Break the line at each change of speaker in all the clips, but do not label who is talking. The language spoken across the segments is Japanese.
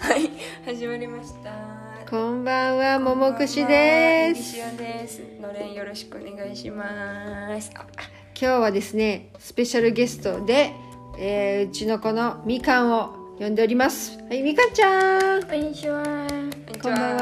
はい、始まりました。
こんばんは、ももくしです。
西尾です。のれんよろしくお願いします。あ
今日はですね、スペシャルゲストで、えーうちの子のみかんを呼んでおります。はい、みかんちゃん。
こんにちは。
こ
こ
んばん
んばんは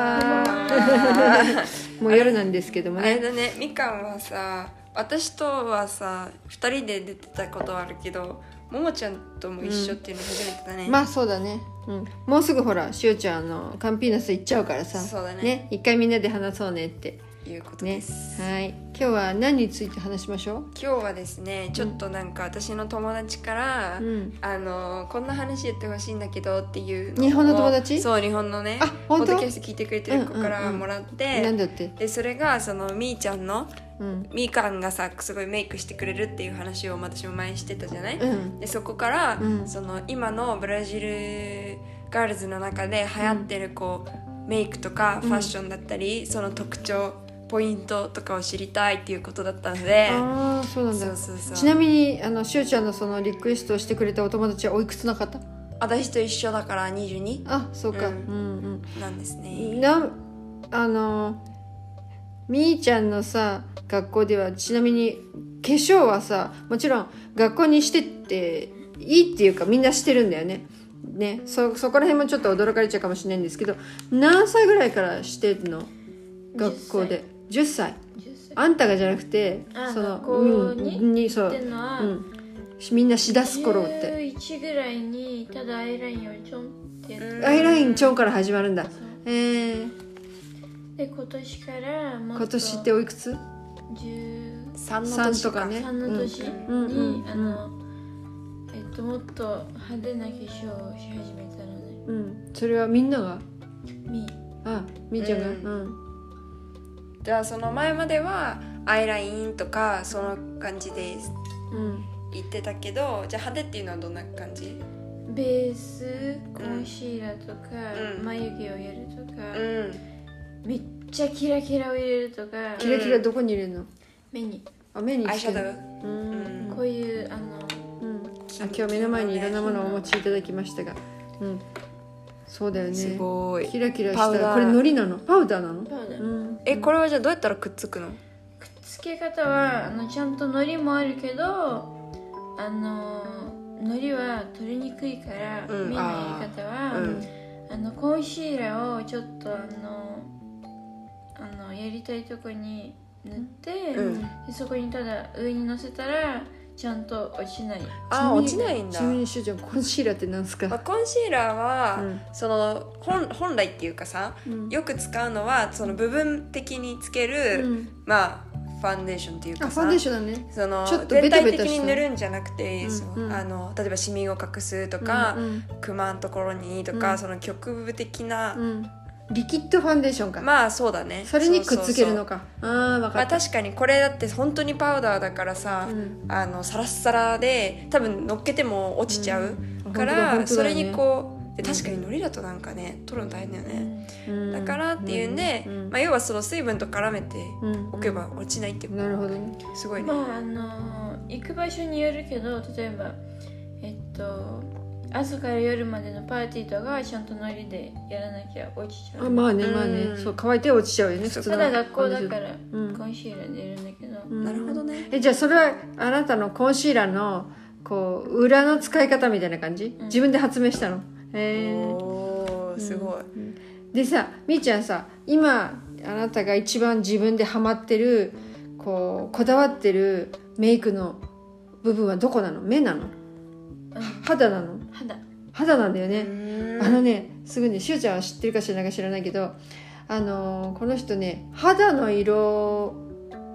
は。 もう夜なんですけども
あれ
ね。
だね、みかんはさ、私とはさ、二人で出てたことはあるけど、ももちゃんとも一緒っていうの初めてだね。
まあそうだね。うん、もうすぐほらしおちゃんあのカンピーナス行っちゃうからさ
そうだね
一回みんなで話そうねって
いうことで
ね
す。
はい今日は何について話しましょ
今日はですね、ちょっとなんか私の友達から、
う、うん、
あのこんな話言ってほしいんだけどっていうのを
日本の友達
そう日本のね
あ本当
ポッドキャスト聞いてくれてる子か
うんうん
ら
うん
もらって、
なんだって、
でそれがそのみーちゃんの
うん
みーかんがさすごいメイクしてくれるっていう話を私も前にしてたじゃない、
うん、
でそこから、
うん
その今のブラジルガールズの中で流行ってるこうメイクとか
うん
ファッションだったり、その特徴ポイントとかを知りたいっていうことだったので
ああそうなんだ
そうそうそう
ちなみにあのしおちゃんのそのリクエストをしてくれたお友達はおいくつの方
私と一緒だから22
あそうか、
う
うんん
なんですね、
うんなあのみーちゃんのさ学校ではちなみに化粧はさもちろん学校にしてっていいっていうかみんなしてるんだよねねそそこら辺もちょっと驚かれちゃうかもしれないんですけど何歳ぐらいからしてるの学校で10歳あんたがじゃなくて
あ
その
学校に
うん、にそ
って
う、
のは、
うん、みんなしだす頃って
11ぐらいにただアイラインをちょんってやって、
うん
アイラインちょんから始まるんだ
そ。
えー、
うで今年からもっと
今年っておいくつ
13
3
?3 とかね。
の年に、
うんうんうん
あのえっともっと派手な化粧をし始めたので
うん。うん。それはみんなが
み
あ、みーちゃんが。
う
うんん。
じゃあその前まではアイラインとかその感じで
うん。
言ってたけどじゃあ派手っていうのはどんな感じ
ベースコンシーラーとか、
うん
眉毛をやると
う
か、
ん
めっちゃキラキラを入れるとか、
キラキラどこにいるの
目に
あ、目に
アイ
つ
シャ
け
ド
る。
ウ
う
うん
ん。
こういうあの
うん。あ、今日目の前にいろんなものをお持ちいただきましたが。うん。そうだよね。
ご
キラキラし
パウ
た
ダー
らこれ海苔なのパウダーなの
パウダー
うん。
えこれはじゃあどうやったらくっつくの
くっつけ方はあのちゃんと海苔もあるけどあの海苔は取れにくいから、
うん
目のやり方はあ、
うん
のコンシーラーをちょっとあのあのやりたいとこに塗って、
うん
でそこにただ上に乗せたらちゃんと落ちない
あー落ちないんだ
ちなみにしゅうちゃん、コンシーラーってなんす
まあ
か
コンシーラーは、
うん
その本本来っていうかさ
うん
よく使うのはその部分的につける、
うん
まあファンデーションっていう
あ、
か
フ
さ
ァンデーションだね。
その
ちょっとベ
全
タ
体
ベ
的
タした
に塗るんじゃなくて、その
うんうん
あの例えばシミを隠すとか、
うん
クマのところにとか、
うん
その局部的な、
うんうん。リキッドファンデーションか。
まあそうだね
それにくっつけるの
か
かああ分
ま
か
あ、
った、
確かにこれだって本当にパウダーだからさ、
うん
あのサラッサラで多分乗っけても落ちちゃうから、
本当
そ
だ
れ
本当だよね
にこうで確かに海苔だとなんかね取るの大変だよね、だからっていうんで、
うん
まあ、要はその水分と絡めて
うん
おけば落ちないって
なるほどね
すごいね、
まああの行く場所によるけど例えばえっと朝から夜までのパーティーとかはちゃんとノリでやらなきゃ落ちちゃう
あまあね
うん
まあねそう乾いて落ちちゃうよね
そ
普
う
通
た
の
だ学校だから
うん
コンシーラーでやるんだけど、
うん
なるほどね
えじゃあそれはあなたのコンシーラーのこう裏の使い方みたいな感じ、
うん
自分で発明したのへえ
おーすごい、
でさみーちゃんさ今あなたが一番自分でハマってるこうこだわってるメイクの部分はどこなの目なの
うん
肌なの
肌
肌なんだよね、
うん
あのねすぐにしゅうちゃんは知ってるか知らないか知らないけどあのーこの人ね肌の色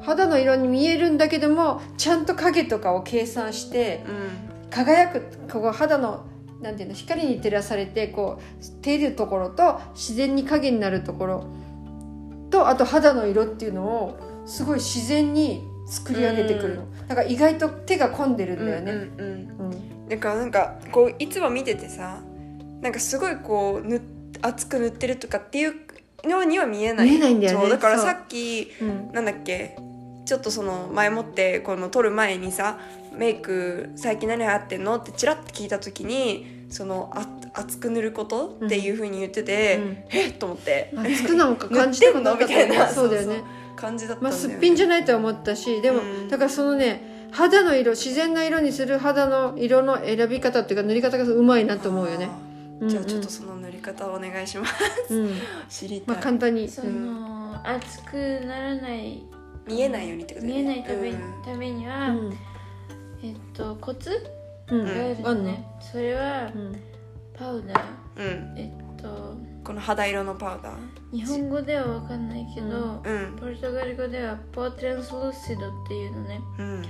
肌の色に見えるんだけどもちゃんと影とかを計算して
うん
輝くここ肌のなんていうの光に照らされてこう照るところと自然に影になるところとあと肌の色っていうのをすごい自然に作り上げてくるの、だから意外と手が込んでるんだよね。
うんうんうん
うん
なんかなんかこういつも見ててさなんかすごいこう塗っ厚く塗ってるとかっていうのには見えない
見えないんだよね
そうだから
そう
さっき
うん
なんだっけちょっとその前もってこの撮る前にさメイク最近何流行ってんのってチラッて聞いた時にそのあ厚く塗ることっていうふうに言ってて、えっと思って
うん、厚くなんか感じたことなかった
塗ってんのみたいな
そうだよね
感じだったんだ
まあ
よ、ね
すっぴんじゃないとは思ったしでも、
うん
だからそのね肌の色自然な色にする肌の色の選び方っていうか塗り方がうまいなと思うよね、
あ
う
ー
んうん
じゃあちょっとその塗り方をお願いし ます
うん
知りた
ま
い、
あ、簡単に、
そ
うん
の熱くならない
見えないようにってことだ
見
よね
えないため,、
うん
ために
う
は、
ん
えっとコツ
うん
がある
あ
の
ん
ね
の、
それは
うん
パウダー
うん、
えっと
この肌色のパウダ
日本語ではわかんないけど、
ー
ポルトガル語ではポートランスルーシドっていうのね
うんうん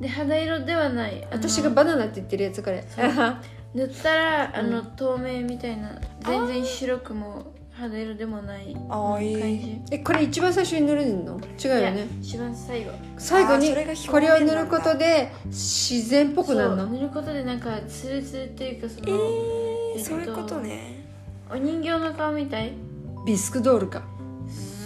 で肌色ではないあの
私がバナナって言ってるやつから
そう塗ったらあの、
う
透明みたいな全然白くも肌色でもない感
あーいい
じ
えこれ一番最初に塗るの違うよ
いや
ね
一番最後
最後
あー
に
それが表
こ
面
れ
な
を
んだ
塗ることで自然っぽくなる
そう
の
塗ることでなんかツルツルっていうかその、
え
え
ー、
っと
そういうことね
お人形の顔みたい
ビスクドールか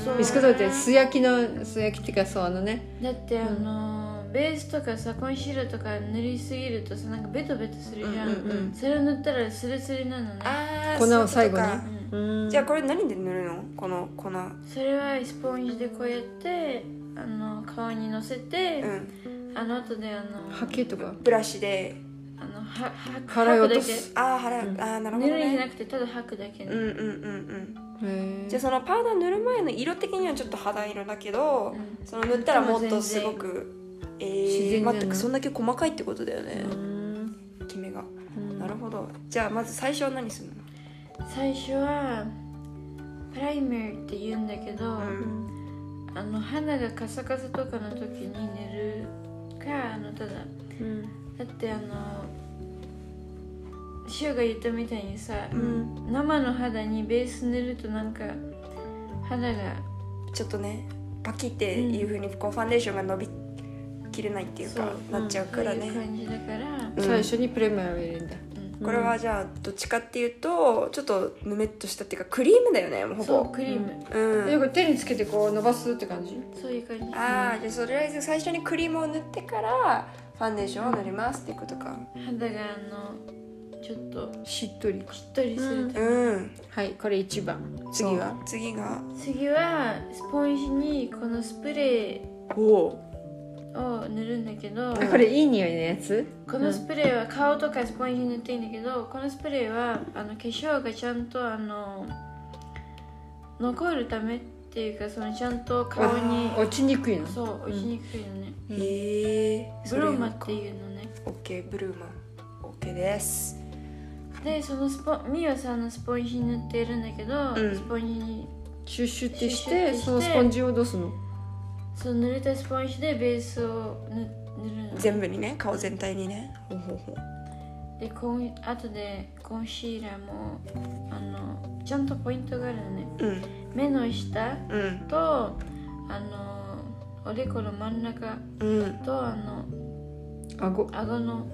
そう
ビスクドールって素焼きの素焼きっていうかそうあのね
だってあのーベースとかさコンシーラーとか塗りすぎるとさなんかベトベトするじゃん,、
うんうん
うん
それを塗ったらスルスルなのね
あー
粉を
そういうこと
最後に
か
うん
うん
じゃあこれ何で塗るのこの粉う
それはスポンジでこうやってあの顔にのせて、
ん
あの後であの
はっきりとか
ブラシで
あのはは
払い
吐く
落
だ
と
け
す
ああ腹、
うん
ああなるほ
塗
ど
るんじゃな
ね
くてただ吐くだけね
うんうんうん
へ
うん
ー
じゃあそのパウダー塗る前の色的にはちょっと肌色だけど、
うん
その塗ったらもっとすごくえ
自
ー、
然じゃない
待ってそんだけ細かいってことだよね
う、ん
決めが
うん
なるほどじゃあまず最初は何するの
最初はプライマーって言うんだけど、
うん
あの肌がカサカサとかの時に寝るかあのただ
うん
だってあのシュウが言ったみたいにさ、
うん
生の肌にベース塗るとなんか肌が
ちょっとねパキっていうふうにこうファンデーションが伸びきれないっていうか
そう
なっちゃう
こ
か
う
ら
い
ね
う、感じだから、
うん
最初にプレミアムを入れるんだ
うん
これはじゃあどっちかっていうとちょっとぬめっとしたっていうかクリームだよねもうほぼ
そうクリーム、
うん
よく手につけてこう伸ばすって感じ
そういう感じ
ああじゃあとりあえず最初にクリームを塗ってからファンデーションを塗りますっていうことか
肌があのちょっと
しっとり
しっとりするため、
うん
はいこれ一番次
そう
は
次が
次はスポンジにこのスプレ
おお
ーを塗るんだけど、
あこれいい匂いのやつ
このスプレーは顔とかスポンジに塗っていいんだけどこのスプレーはあの化粧がちゃんとあの残るためっていうかそのちゃんと顔に
落ちにくいの
そう落ちにくいのね、
うん
へえ
ブローマっていうのね
オッケーブルーマオッケーです
でそのスポミオさんのスポンジに塗っているんだけど、
うん
スポンジに
シュッシュってし
シュッシュって
て
して
そのスポンジをどうすんの
その塗れたスポンジでベースを塗塗るの
全部にね顔全体にねほうほうほう
でコン後でコンシーラーもあのちゃんとポイントがあるのね
うん
目の下
うん
とあのおでこの真ん中
うん
とあの
顎
顎の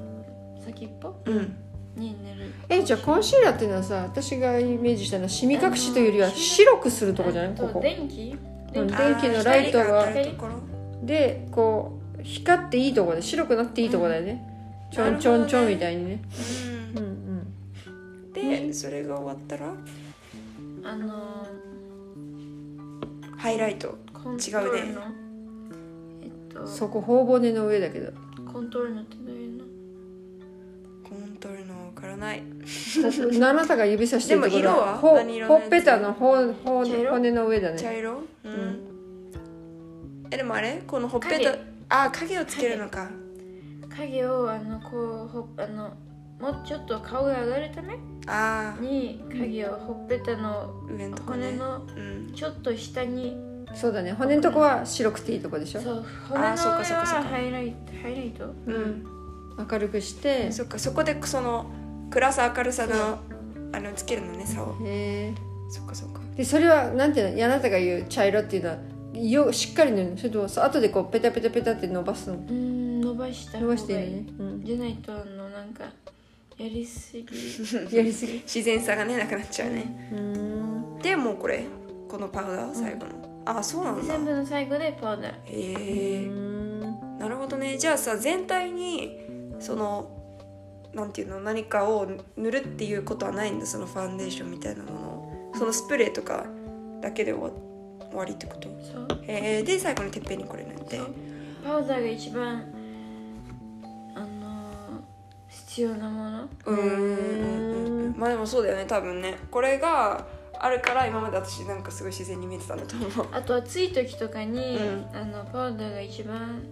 先っぽ
うん
に塗る
えじゃあコンシーラーっていうのはさ私がイメージしたのはシミ隠しというよりは白くするとこじゃない
あと
ここ
電気
うん
気
電気のライトが
あー光当たるところ
でこう光っていいとこで白くなっていいとこだよねちょんちょんちょんみたいにねうんうん
うんでそれが終わったら
あの
ハイライト
コントロールのえっと
そこ頬骨の上だけど
コントロールのってどういうの
コントロールのわからない
あなたが指さしてるところ
でも色は
ほ
何色の
ほ
やつ
っぺたのほほ
茶色
骨の上だ
茶
ね
色うん、
ん
えでもあれこのほっぺた
影
あー影をつけるのか
影をあのこうほあのもうちょっと顔が上がるため
あ
に影をほっぺたの
ー上のとこ
骨
ね
の
うん
ちょっと下に
そうだね骨のとこは白くていいとこでし
そ
ょ
う骨の
あーそっか
上
そっかそっ
は
か
ハイライトハイライト
うん明るくして
そっかそこでその暗さ明るさのあのつけるのね差を
へ
そっかそっか
ーでそれはなんていうのいやあなたが言う茶色っていうのはよしっかり塗るのそれともさ後でこうペタペタペタって伸ばすの
うーん伸ばした
伸
方
ばして
が
る
いい、
ね、うん、
じゃないとあのなんかやりすぎ
やりすぎ
自然さがねなくなっちゃうね
うん
でもうこれこのパウダー最後の、あーそうなんだ
全部の最後でパウダー
へえなるほどねじゃあさ全体にそのなんていうの何かを塗るっていうことはないんだそのファンデーションみたいなものをそのスプレーとかだけで終わ終わりってこと
そう
えーで最後にてっぺんにこれ塗って
そうパウダーが一番あの必要なもの
うーんうんうんうんまあでもそうだよね多分ねこれがあるから今まで私なんかすごい自然に見えてたんだと思う
あと暑い時とかに、
うん
あのパウダーが一番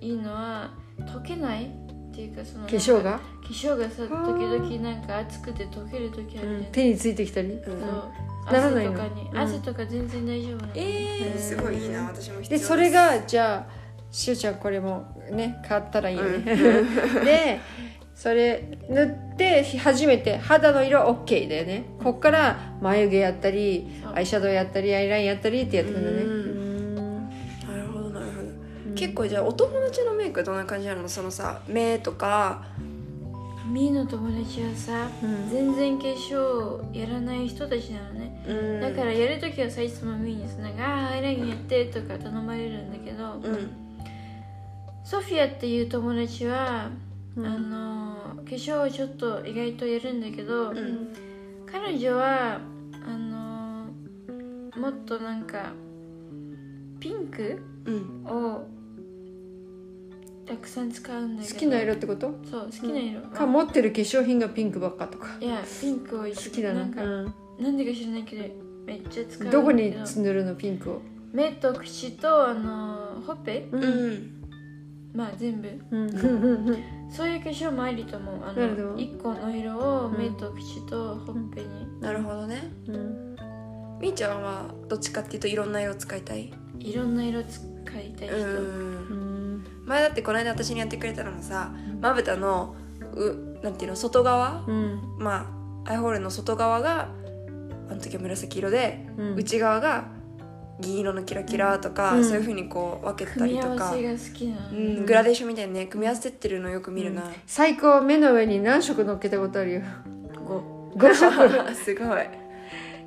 いいのは溶けないっていうかその
化粧が、
化粧がさ時々なんか暑くて溶ける時あ
う
る
ん
じゃん、
手についてきたり、
ん
そう
ならない
汗
の
とかに、
うん
汗とか全然大丈夫なの
えー、すごいいいな私も必要
で
です
それがじゃあしおちゃんこれもね買ったらいいね、でそれ塗って初めて肌の色 OK だよねこっから眉毛やったり
そう
アイシャドウやったりアイラインやったりってやってくんだね
う
うん
なるほどなるほど結構じゃあお友達のメイクはどんな感じなのそのさ目とか
みーの友達はさ、
うん
全然化粧やらない人たちなのね、だからやる時はさいつもみーにさ「なんかあーアイラインやって」とか頼まれるんだけど、
うん
ソフィアっていう友達は、
うん
あの化粧をちょっと意外とやるんだけど、
うん
彼女はあのもっとなんかピンク
うん
をたくさん使うんだけど
好きな色ってこと
そう好きな色、
か持ってる化粧品がピンクばっかとか
いやピンクを好
好きだな
なんか、なんでか知らないけどめっちゃ使うんだけ
うん
ど
どこに塗るのピンクを、
目と口とあのほっぺ
う
うん
ん
まあ全部
うん
そういう化粧もありと思うあ
なるほ
の
ど
一個の色を目と口とほっぺに
なるほどね
うん
みーちゃんはどっちかっていうといろんな色使いたい
いろんな色使いたい人
うん
うん
前だってこの間私にやってくれたのもさまぶたのうなんていうの外側
うん
まあアイホールの外側があの時は紫色で、
うん
内側が銀色のキラキラとか、
うん
そういうふうにこう分けてた
組
り
み合
と
わ
か
せ、が好きな
う
の、
ん、グラデーションみたいにね組み合わせてるのよく見るな、
最高目の上に何色乗っけたことあるよ
こ
5 色
すごい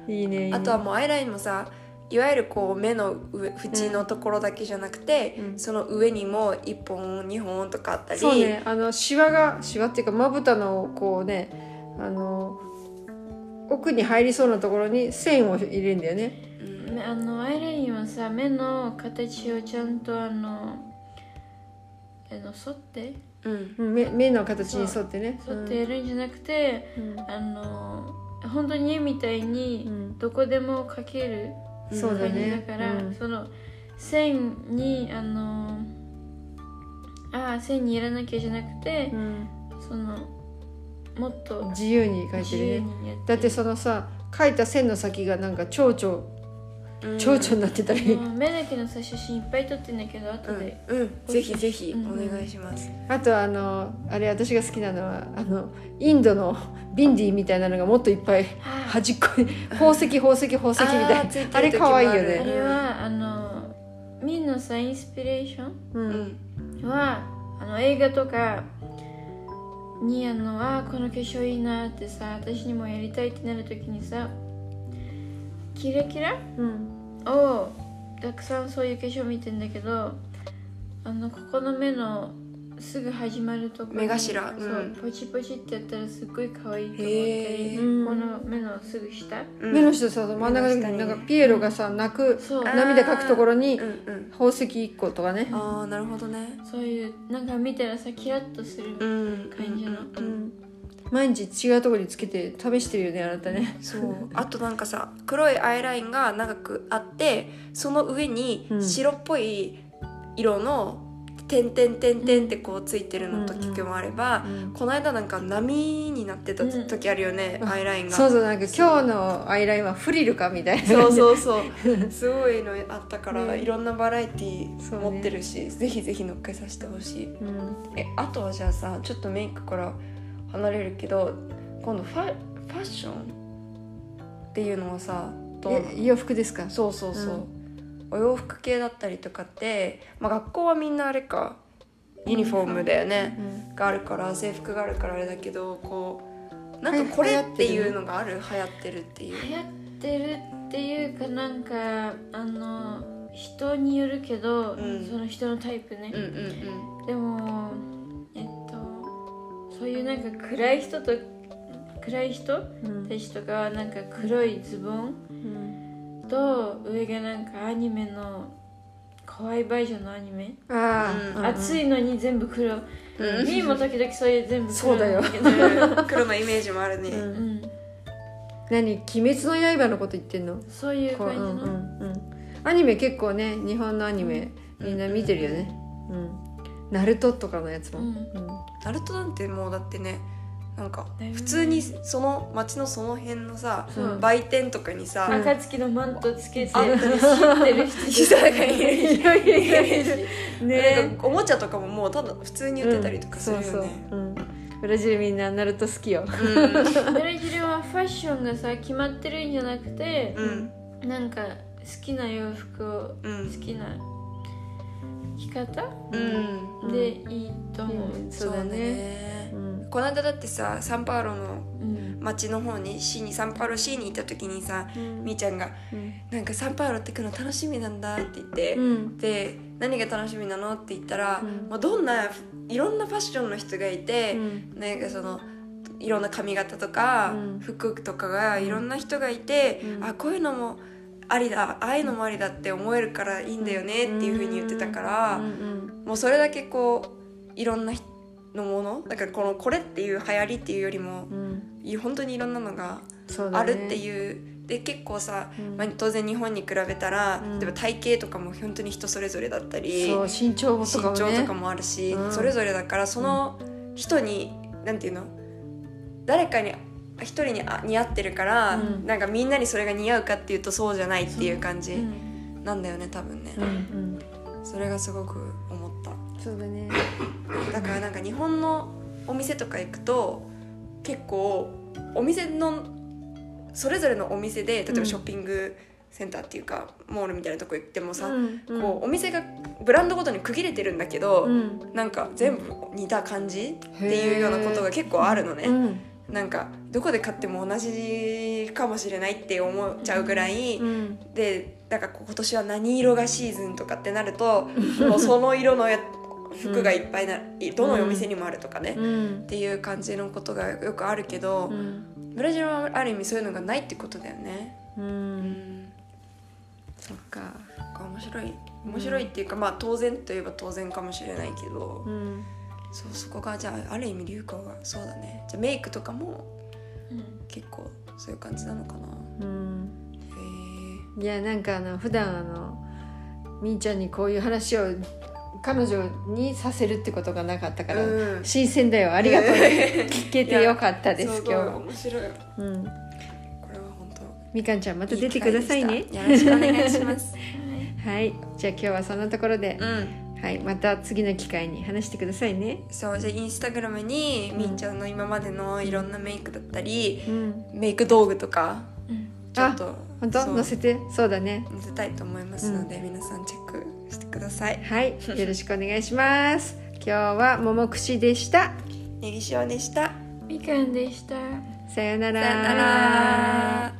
いいねいいね
あとはもうアイラインもさいわゆるこう目の上縁のところだけじゃなくて、
うん
その上にも1本2本とかあったり
そうねあのシワがシワっていうかまぶたのこうねあの奥に入りそうなところに線を入れるんだよね
うん
うあのアイラインはさ目の形をちゃんとあのあの沿って
うん
うん目目の形に沿ってね
沿ってやるんじゃなくて、
うん
あの本当に絵みたいに
うん
どこでも描ける
そうだ
感じだ
ね
から、
うん
その線にあのああ線にやらなきゃじゃなくて
う、ん
そのもっと
自由に描い
自
て
由
るね
にやって
だってそのさ描いた線の先がなんか蝶々蝶
うん
々になってたり、
うん目だけのさ写真いっぱい撮ってんだけど後で、
うん、うん、ぜひぜひ
うん
お願いします、
あとあのあれ私が好きなのはあのインドのビンディみたいなのがもっといっぱい
あ
端っこに宝石宝石宝石みたいなあれ可愛いよ
あ
ね
れはあのみんなさインスピレーショ
う
うんん
ンはあの映画とかにあのあーこの化粧いいなってさ私にもやりたいってなるときにさキラキラ
うん
をたくさんそういう化粧見てんだけどあのここの目のすぐ始まるところ
目
に
頭うん
そうポチポチってやったらすっごい可愛いと思った
へ
り
え
う、ん
この目のすぐ下
うん
目の下さ真ん中
目の下に
になんかピエロがさ泣く
そう
あー
涙かくところに
うんうん
宝石1個とかね
ああなるほどね
そういうなんか見たらさキラッとする
うん
感じの
うんうん
毎日違うところにつけて試してるよねあなたね
そうあとなんかさ黒いアイラインが長くあってその上に
うん
白っぽい色の点々点々ってこうついてるのと時もあれば、この間なんか波になってた時あるよね、アイラインが
そうそうなんか今日のアイラインはフリルかみたいな
そう そうそうすごいのあったから、
ね
いろんなバラエティー
そうね
持ってるし、ぜひぜひ乗っけさせてほしい
うん
えあとはじゃあさちょっとメイクから離れるけど今度ファファッションっていうのはさどうなの
え洋服ですか
そうそうそう、お洋服系だったりとかって、まあ、学校はみんなあれかユニフォームだよね、
うん
があるから制服があるからあれだけどこうなんかこれっていうのがある流行ってるっていう
流行ってるっていうかなんかあの人によるけど、
うん
その人のタイプね、
うんうん
でもえっとそういうなんか暗い人と暗い人
うん
たちとかはなんか黒いズボン
うん
と上がなんかアニメの怖いバージョンのアニメ、
あ
うん
あ、うん
暑いのに全部黒、
うん
ミーも時々そういう全部
そう
黒
だよ
なんけど
うん黒のイメージもあるね、
う
うんん、
何「鬼滅の刃」のこと言ってんの
そういう
こう
感
う
じ
ん
の、
うんうんアニメ結構ね日本のアニメみんな見てるよねうんナルトとかのやつも、
うん
う
ナルトなんてもうだってねなんか
だいぶ
普通にその町のその辺のさ、
そう
売店とかにさ、
うん
暁のマントつけて
あ
知ってる人
膝がい る
いるいるいる
ん、
なんかおもちゃとかももうただ普通に売ってたりとかするよね、
うんそうそううん、ブラジルみんなナルト好きよ
ブラジルはファッションがさ決まってるんじゃなくて
う、ん
なんか好きな洋服を
うんう
好
ん
きな着方
うん
うん
でいいと思う、
うんそうだね
ね
うん
この間だってさサンパウロの
うん
町の方に市にサンパウロ市に行った時にさみーちゃんが「なんかサンパウロって来るの楽しみなんだ」って言って、
うん
で何が楽しみなのって言ったら、
うん
もうどんないろんなファッションの人がいて、
うん
なんかそのいろんな髪型とか、
うん
服とかがいろんな人がいて、
うん
あこういうのもありだああいうのもありだって思えるからいいんだよねっていうふうに言ってたから、
うん
もうそれだけこういろんなひのものだからこのこれっていう流行りっていうよりも
うんうん
い本当にいろんなのが
そうだ
あ
ね
るっていう。で結構さ、
うん
まあ、当然日本に比べたら、
うん
例えば体型とかも本当に人それぞれだったり
そう身長もと
身
か
長
もね
とかもあるし、
うん
それぞれだからその人に、なんていうの誰かに一人にあ似合ってるから、
うん
なんかみんなにそれが似合うかっていうとそうじゃないっていう感
う
じ
ん
なんだよね多分ね
う、ん
それがすごく思った
うんそうだね
だからなんか日本のお店とか行くと結構お店のそれぞれのお店で例え
うん
ばショッピングセンターっていうか、モールみたいなとこ行ってもさ、
うんうん
こうお店がブランドごとに区切れてるんだけど、
うん
なんか全部似た感じっていうようなことが結構あるの
う
ね、
ん
なんかどこで買っても同じかもしれないって思っちゃうぐらい、
うん
でなんかこう今年は何色がシーズンとかってなるともうその色のや服がいっぱいなどのお店にもあるとかね、
う
っ
ん
ていう感じのことがよくあるけど
う、ん
ブラジルはある意味そういうのがないってことだよね。
う
うんんそっか面白い面白いっていうか、まあ当然といえば当然かもしれないけど。
うん
そうそこがじゃあある意味流行がそうだねじゃあメイクとかも
うん
結構そういう感じなのかな
うん
へ
いやなんかあの普段あのみーちゃんにこういう話を彼女にさせるってことがなかったから、
うん
新鮮だよあり がとう、
え
聞けてよかったです
ごい
今
面白いよ
日、うん、
これは本当
みかんちゃんまた
い
出
い
て
機
く
会
だ
でし
さ
た
いね
よろしくお願いします
はいじゃあ今日はそんなところで
う、ん
はい、また次の機会に話してくださいね、
そうじゃあインスタグラムにみーちゃんの今までのいろんなメイクだったり
うん、
メイク道具とか
うん
ちょっと
本当
そう
載せてそうだね
見せたいと思いますので、皆さんチェックしてください
はいよろしくお願いします今日はももくしでした
ねぎしおでした
みかんでした
さような
さよなら